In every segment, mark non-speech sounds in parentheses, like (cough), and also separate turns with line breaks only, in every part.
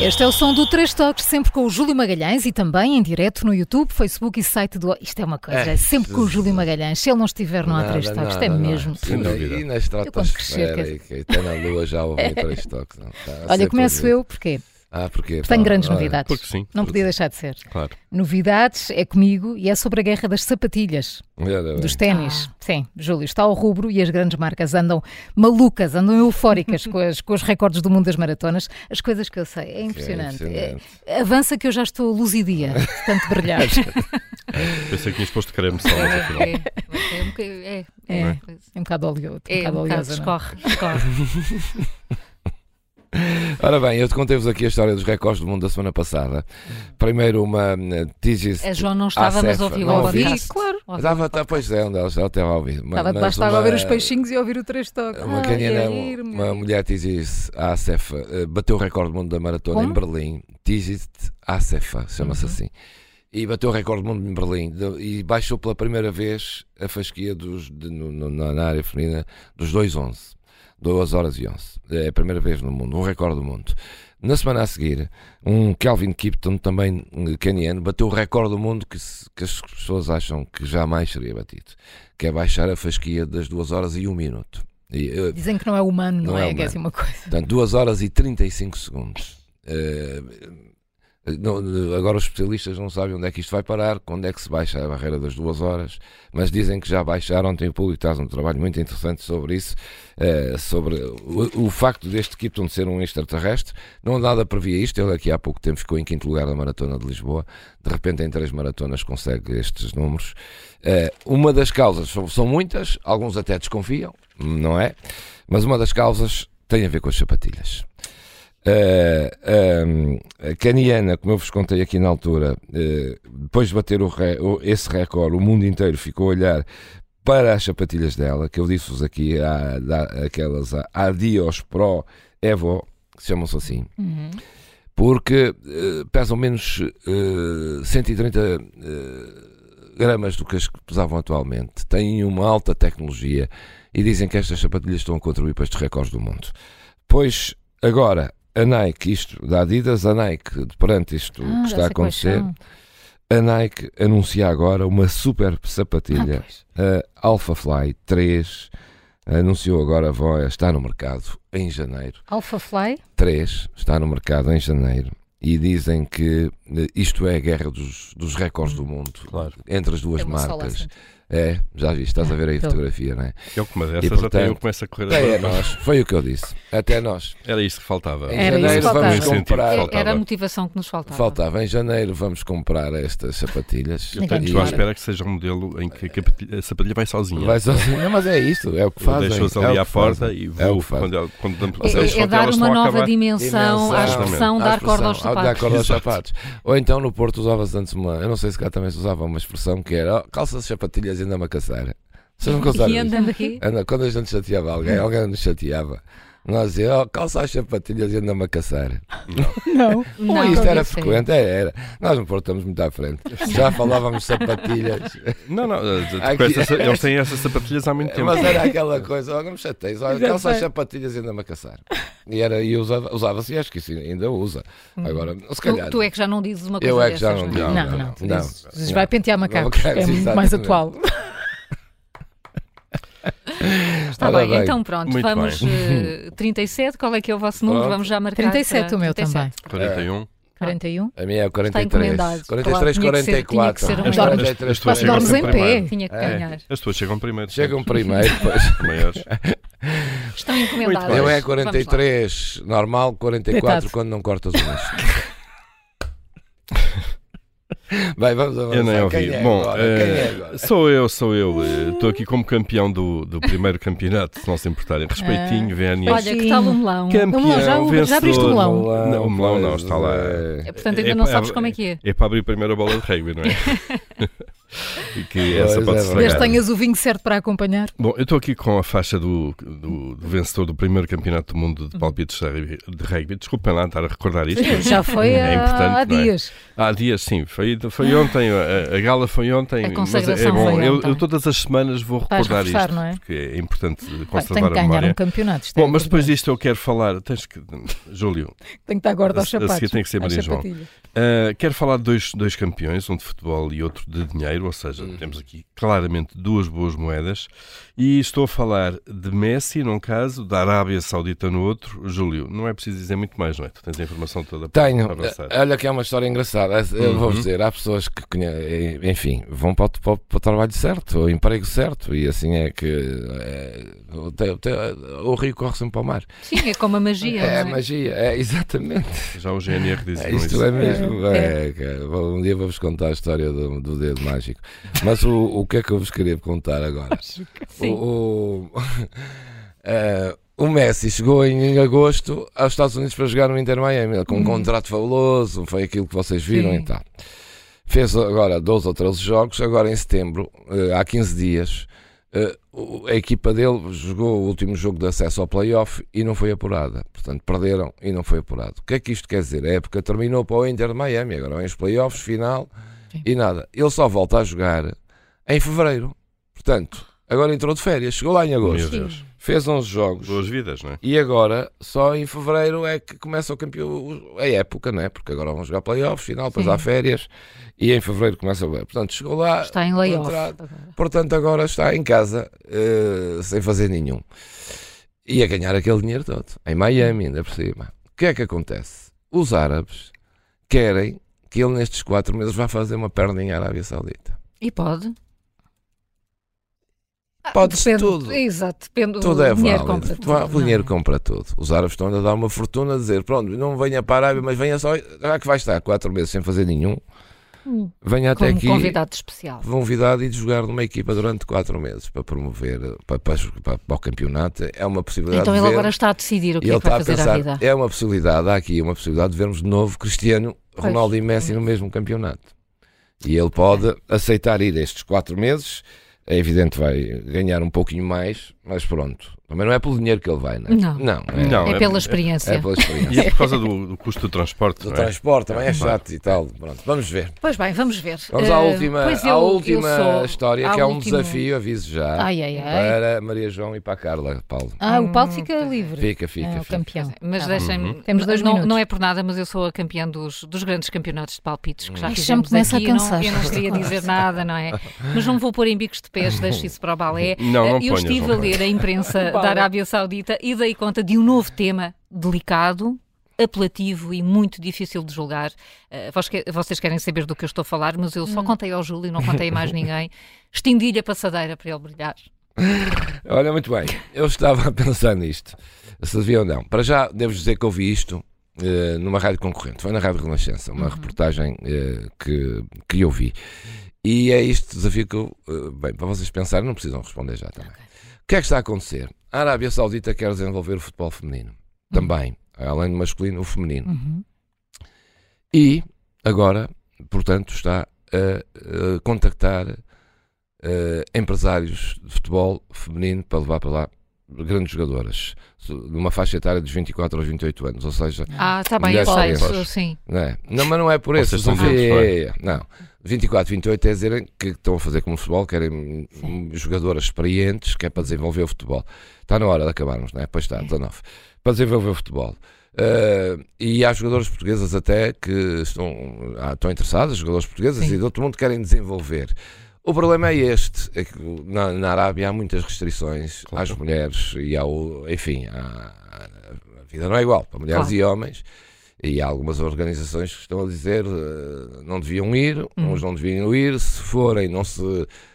Este é o som do Três Toques, sempre com o Júlio Magalhães e também em direto no YouTube, Facebook e site do. Isto é uma coisa,
É,
sempre com o Júlio Magalhães. Se ele não estiver, não há
Nada,
Três Toques,
nada,
é
nada.
mesmo.
E na-
dúvida.
E na
quando crescer,
estratosfera,
quer
e que até na lua já
(laughs)
ouvi três toques. não. Tá
é Olha,
sempre
começo
ouvido.
eu, porquê?
Ah, porque
Porque tenho grandes novidades.
Porque sim.
Não podia deixar de ser.
Claro.
Novidades é comigo e é sobre a guerra das sapatilhas. Dos ténis, sim, Júlio, está ao rubro e as grandes marcas andam malucas, andam eufóricas com, as- com os recordes do mundo das maratonas. As coisas que eu sei, é impressionante.
impressionante.
É- avança que eu já estou luzidia, de tanto brilhar.
Pensei que tinhas posto creme só, mas
(laughs)
afinal.
É, é, um bocadinho- é,
É.
é, uma coisa.
É um bocado óleo, um
é, um
bocado
bocado
oleosa, não é?
escorre,
(laughs)
escorre.
Ora bem, eu te contei-vos aqui a história dos recordes do mundo da semana passada. Primeiro uma eh, Tigis.
É,
A João não estava, mas
cefa,
ouviu
Ah, não
o
ouvi.
podcast.
Claro.
Ouviu.
Estava, tá, pois é, onde ela já estava a ouvir. Mas-
Estava
mas
debaixo d'água a
uma-
ver os peixinhos e a ouvir o três toques.
Uma,
Ah,
canhena,
ia rir, meu
uma
Deus.
mulher Tigis Acef eh, bateu o recorde do mundo da maratona
Como? Uhum.
em Berlim. Tigis Acefa, chama-se assim. E bateu o recorde do mundo em Berlim de- e baixou pela primeira vez a fasquia dos, de- no- no- na na área feminina dos 2.11. 2 horas e 11. É a primeira vez no mundo, um recorde do mundo. Na semana a seguir, um Kelvin Kipton, também eh, caniano, bateu o recorde do mundo que, se- que as pessoas acham que jamais seria batido, que é baixar a fasquia das 2 horas e 1 minuto. E, eh,
Dizem que não é humano, não,
Não é
é? Que é
humano.
assim uma
(laughs)
coisa.
Portanto, 2 horas e 35 segundos. Eh, não- não- agora os especialistas não sabem onde é que isto vai parar, quando é que se baixa a barreira das 2 horas, mas dizem que já baixaram. Tem publicado um trabalho muito interessante sobre isso, eh, sobre o, o facto deste Kipton ser um extraterrestre. Não nada previa isto. Ele aqui há pouco tempo ficou em quinto lugar na Maratona de Lisboa. De repente, em três maratonas, consegue estes números. Eh, uma das causas, são, são muitas, alguns até desconfiam, não é? Mas uma das causas tem a ver com as sapatilhas. Eh, ehm, a caniana, como eu vos contei aqui na altura, eh, depois de bater o re- o- esse recorde, o mundo inteiro ficou a olhar para as sapatilhas dela, que eu disse-vos aqui, há, da- aquelas há- Adios Pro Evo, que chamam-se assim,
Uhum.
porque eh, pesam menos eh, 130 eh, gramas do que as que pesavam atualmente, têm uma alta tecnologia e dizem que estas sapatilhas estão a contribuir para estes recordes do mundo. Pois agora, a Nike, isto da Adidas, a Nike, perante isto
Ah, já
que
sei
está a acontecer,
quais são.
a Nike anuncia agora uma super
Ah,
sapatilha,
pois.
a AlphaFly 3. Anunciou agora, vai está no mercado em janeiro.
Alpha Fly,
3 está no mercado em janeiro e dizem que eh, isto é a guerra dos, dos recordes do mundo
Hum, Claro.
entre as duas
é uma sola,
marcas.
assim.
É, já viste, estás a ver aí a
Então.
Tô.
fotografia, não é?
Eu como dessas
E, portanto,
até eu começo a correr.
Até
agora.
nós, foi o que eu disse. Até nós.
Era isto que faltava.
Era
Em
isso que
janeiro
faltava.
vamos
Um
incentivo
comprar.
faltava.
Era a motivação que nos faltava.
Faltava, em janeiro vamos comprar estas sapatilhas.
Eu tenho-
Ninguém
estou à
para.
espera que seja um modelo em que a capatilha- a sapatilha vai sozinha.
Vai só assim, não, mas é isto, é o que
Eu
fazem.
Deixo-as
é o
ali
que
à porta
fazem.
e
É o
vou.
que fazem.
quando ela- quando damos-
É,
ou seja,
é
quando
dar
elas
uma
estão a
nova
acabar-
dimensão, à
Dimensão,
expressão, dar
à
corda aos
expressão, ao Dar
sapatos.
corda aos
Exato.
sapatos. Ou então no Porto usava-se antes uma. Eu não sei se cá também se usava uma expressão que era oh, calças, sapatilhas e anda-me a caçar. Vocês não usaram
E
isto?
andando aqui,
Anda, quando a gente chateava alguém, alguém nos chateava. Nós dizia, oh, calça as sapatilhas e anda-me a caçar.
Não.
não,
Isto era
isso é-
frequente, era, era. Nós no Porto estamos muito à frente. Já falávamos sapatilhas.
Não, não. eh, de-
Aqui-
com
(laughs)
essas- Eles têm essas sapatilhas há muito tempo.
Mas era aquela coisa, olha, não me chateias, olha,
Já
calça as
sei.
sapatilhas e anda-me a caçar. E, era, e usava- usava-se, e acho que isso ainda usa. Agora, se calhar.
Hum. Tu, tu é que já não dizes uma coisa
eu é que já
dessas,
não
é?
digo.
Não, não, tu dizes- dizes, Vai pentear macacos,
quero,
é muito mais
exatamente. Ah.
atual.
Está
Ora
bem,
bem.
então pronto,
Muito
vamos eh, 37, qual é que é o vosso número?
Pronto.
Vamos já marcar.
37
para-
o meu
37.
É.
41.
41.
A minha é o
Está
43.
encomendado.
43,
Claro, tinha que ser-
44.
tinha que ser um
As
Agora-
tuas- as
43,
tuas
Mas
chegam
dormes em
primeiro.
pé.
Tinha que
É.
ganhar.
As tuas chegam primeiro.
Chegam
sempre.
um primeiro, depois.
Maiores.
Estão encomendadas.
Eu é
Ah, Vamos lá.
43, normal, 44
Deitado.
quando não cortas o rosto. Bem, vamos avançar.
Eu nem ouvi.
Quem é
Bom,
agora?
eh,
Quem é agora?
sou eu, sou eu. Eh, Estou aqui como campeão do, do primeiro campeonato, se não se importarem. Respeitinho, VNI.
Olha, que tal um o melão?
campeão,
Melão, já o- já
vencedor.
abriste o melão?
Não, o melão não,
pois
está lá.
é.
É, Portanto, ainda
É
não
pa-
sabes como é que é.
É para abrir a primeira bola de rugby, não é? E que
Pois
essa
Desde
é,
pode se
Obrigado.
que
estragar.
tenhas o vinho certo para
(laughs)
acompanhar.
Bom, eu estou aqui com a faixa do, do- do vencedor do primeiro campeonato do mundo de palpites de rugby. de rugby. Desculpem lá estar a recordar isto. mas
Já foi
É importante,
há, há
não é?
dias.
Há dias, sim. Foi, foi ontem, a, a gala foi ontem. mas
A
é- é
consagração
bom.
foi
eu,
ontem.
eu todas as semanas vou
Vais
recordar
reforçar,
isto.
não é?
Porque é importante
Pá, Tenho
conservar
que
a
ganhar
memória.
um campeonato. isto é
Bom, mas depois
importante.
disto eu quero falar. Tens que. Júlio,
Tenho que estar gorda
a-
aos
a seguir
sapatos.
tem que ser
às
Maria João.
sapatilhas.
Uh, quero falar de dois, dois campeões, um de futebol e outro de dinheiro, ou seja,
Hum.
temos aqui claramente duas boas moedas. E estou a falar de Messi num caso, da Arábia Saudita no outro. Júlio, não é preciso dizer muito mais, não é? Tu tens a informação toda para
Tenho.
para avançar.
Olha que é uma história engraçada. Eu vou
Uhum.
dizer, há pessoas que, conhe- eh, enfim, vão para o, para o- para o trabalho certo, o emprego certo, e assim é que é, o, te- o te- o rio corre sempre para o mar.
Sim, é como a magia.
É,
não é?
magia, é exatamente.
Já o GNR diz
É,
não
isto é mesmo.
É.
é, cara. Vou- um dia vou-vos contar a história do, do dedo mágico. Mas o, o que é que eu vos queria contar agora?
Sim.
O, (laughs) o- eh, o Messi chegou em, em agosto aos Estados Unidos para jogar no Inter Miami com um contrato fabuloso, foi aquilo que vocês viram
Sim.
e tal. Fez agora 12 ou 13 jogos, agora em setembro, eh, há 15 dias, eh, o- a equipa dele jogou o último jogo de acesso ao playoff e não foi apurada. Portanto, perderam e não foi apurado. O que é que isto quer dizer? A época terminou para o Inter de Miami, agora vem os playoffs, final
Sim.
e nada. Ele só volta a jogar em fevereiro. Portanto, agora entrou de férias, chegou lá em
Meu
agosto,
Deus.
fez 11 jogos.
Boas vidas,
(laughs)
não é?
E agora, só em fevereiro é que começa o campeão, a época, não é? Porque agora vão jogar playoffs, final, depois
Sim.
há férias, e em fevereiro começa a. Portanto, chegou lá,
Está em layoff.
contrato.
agora.
portanto, agora está em casa, eh, sem fazer nenhum. E a ganhar aquele dinheiro todo, em Miami, ainda por cima. O que é que acontece? Os árabes querem que ele, nestes quatro meses, vá fazer uma perna em Arábia Saudita.
E pode.
Ah,
Pode-se
depende-
tudo.
Exato, depende.
Tudo
o
é
dinheiro
válido.
compra tudo,
Vá,
não
o dinheiro
é?
compra tudo. Os árabes estão a dar uma fortuna a dizer: pronto, não venha para a Arábia, mas venha só. Já que vai estar quatro meses sem fazer nenhum,
Hum,
venha até
Como
aqui.
convidado especial.
Convidado e de jogar numa equipa durante quatro meses para promover para, para, para- para o campeonato é uma possibilidade.
Então
de
ele
ver,
agora está a decidir o que
e
é
ele
que
está
vai
a
fazer à vida.
pensar: é uma possibilidade, há aqui uma possibilidade de vermos de novo Cristiano,
Pois.
Ronaldo e Messi no mesmo campeonato. E ele pode aceitar ir estes quatro meses. É evidente que vai ganhar um pouquinho mais, mas pronto. Também não é pelo dinheiro que ele vai, não é?
Não.
é,
Não.
É
é-
pela
é-
experiência.
é pela
E
experiência.
é por causa do, do custo do transporte,
Do
não é?
transporte também é
Claro.
chato e tal. Pronto, vamos ver.
Pois bem, vamos ver.
Vamos à
Eh,
última,
pois eu-
à
eu
última
sou-
história,
à
que é um
última-
desafio, aviso já,
Ai, ai, ai.
para Maria João e para a Carla, Paulo.
Ah,
Hum.
o Paulo fica livre.
Fica, fica,
é, o
fica. assim.
campeão.
Mas
Tá
Uhum.
bem.
deixem-me.
Temos dois
não,
minutos.
não é por nada, mas eu sou a campeã dos, dos grandes campeonatos de palpites que já
Isto já me
fizemos
começa a
aqui. não-
cansar.
eu não queria dizer nada, não
(laughs)
é? Mas não vou pôr em bicos de pés, deixo isso para o balé.
Não, não
Eh, eu
ponhas,
estive
não
a ler a imprensa
Balé.
da Arábia Saudita e dei conta de um novo tema delicado. Apelativo e muito difícil de julgar. Eh, vós que- vocês querem saber do que eu estou a falar, mas eu
Hum.
só contei ao Júlio, não contei a
(laughs)
mais ninguém. Estendi-lhe a passadeira para ele brilhar.
Olha, muito bem, eu estava a pensar nisto, se devia ou não. Para já, devo dizer que ouvi isto eh, numa rádio concorrente, foi na Rádio Renascença,
Uhum.
uma reportagem eh, que, que eu vi. E é este desafio que eu, eh, bem, para vocês pensarem, não precisam responder já também. O que é que está a acontecer? A Arábia Saudita quer desenvolver o futebol feminino, também, além do masculino, o feminino.
Uhum.
E agora, portanto, está a, a contactar eh, empresários de futebol feminino para levar para lá grandes jogadoras, so- numa faixa etária dos 24 aos 28 anos, ou seja,
Ah, está bem, eu
Mulheres
sei.
fortes.
isso, Sim.
não, é? não mas não é por isso.
Vocês estão
são-
vivos, não é?
é, é, é. Não, 24, 28 é dizerem que estão a fazer como futebol, querem hum, jogadoras experientes, que é para desenvolver o futebol. Está na hora de acabarmos, não é? Pois está, 19. Para desenvolver o futebol. Ah, e há jogadores portuguesas até que estão, ah, estão interessadas, jogadores portuguesas
Sim.
e de outro mundo querem desenvolver. O problema é este, é que na, na Arábia há muitas restrições
Claro.
às mulheres e ao, enfim, à- à- a vida não é igual para mulheres
Claro.
e homens. E há algumas organizações que estão a dizer eh, não deviam ir, uns não deviam ir, se forem, não se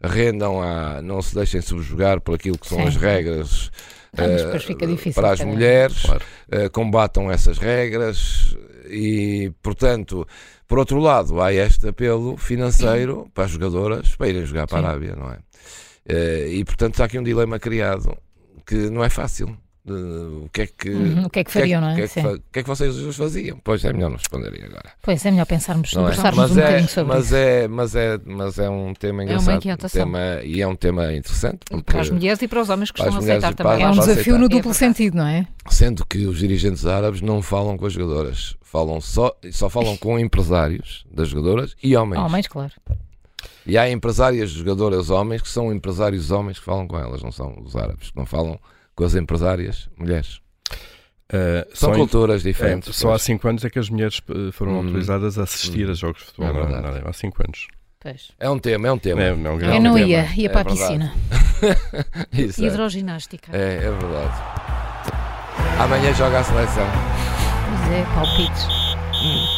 rendam a. não se deixem subjugar por aquilo que são
Sim.
as regras
Ah, mas
eh,
depois fica difícil, um.
para as
caralho.
mulheres,
Claro.
eh, combatam essas regras e, portanto, por outro lado, há este
(clears throat)
apelo financeiro para as jogadoras para irem jogar para a Arábia, não é? Eh, E, portanto, está aqui um dilema criado que não é fácil. uh, o que é que.
Uhum, o que é que fariam, não é?
o que é que
Sim.
fa- O que é que vocês os faziam? Pois é melhor não responderem agora.
Pois é melhor pensarmos,
Não é?
debruçarmos
Mas,
um
é,
bocadinho sobre
mas,
isso.
é, mas, é, mas é um tema engraçado.
inquietação.
tema- e é um tema interessante. Porque,
Para as mulheres e para os homens que
para
estão a
as mulheres
aceitar
e para
também.
É um
Vamos
desafio
aceitar.
no
É
duplo
verdade.
sentido, não é?
Sendo que os dirigentes árabes não falam com as jogadoras, falam só, só falam com empresários das jogadoras e homens.
Homens, Oh, claro.
E há empresárias jogadoras homens que são empresários homens que falam com elas, não são os árabes, que não falam com as empresárias mulheres.
Ah,
São
só em-
culturas
é,
diferentes.
só há
mas-
5 anos é que as mulheres eh, foram
Uhum.
autorizadas a assistir a jogos de futebol
É
na- na
verdade.
Arábia. Há 5 anos.
Pois.
É um tema, é um tema. (laughs)
É, não,
É
Eu
um
não
tema.
ia, ia
É
para a
verdade.
piscina.
Isso é.
Hidroginástica.
É, é verdade. Amanhã joga a seleção.
Pois é, palpites.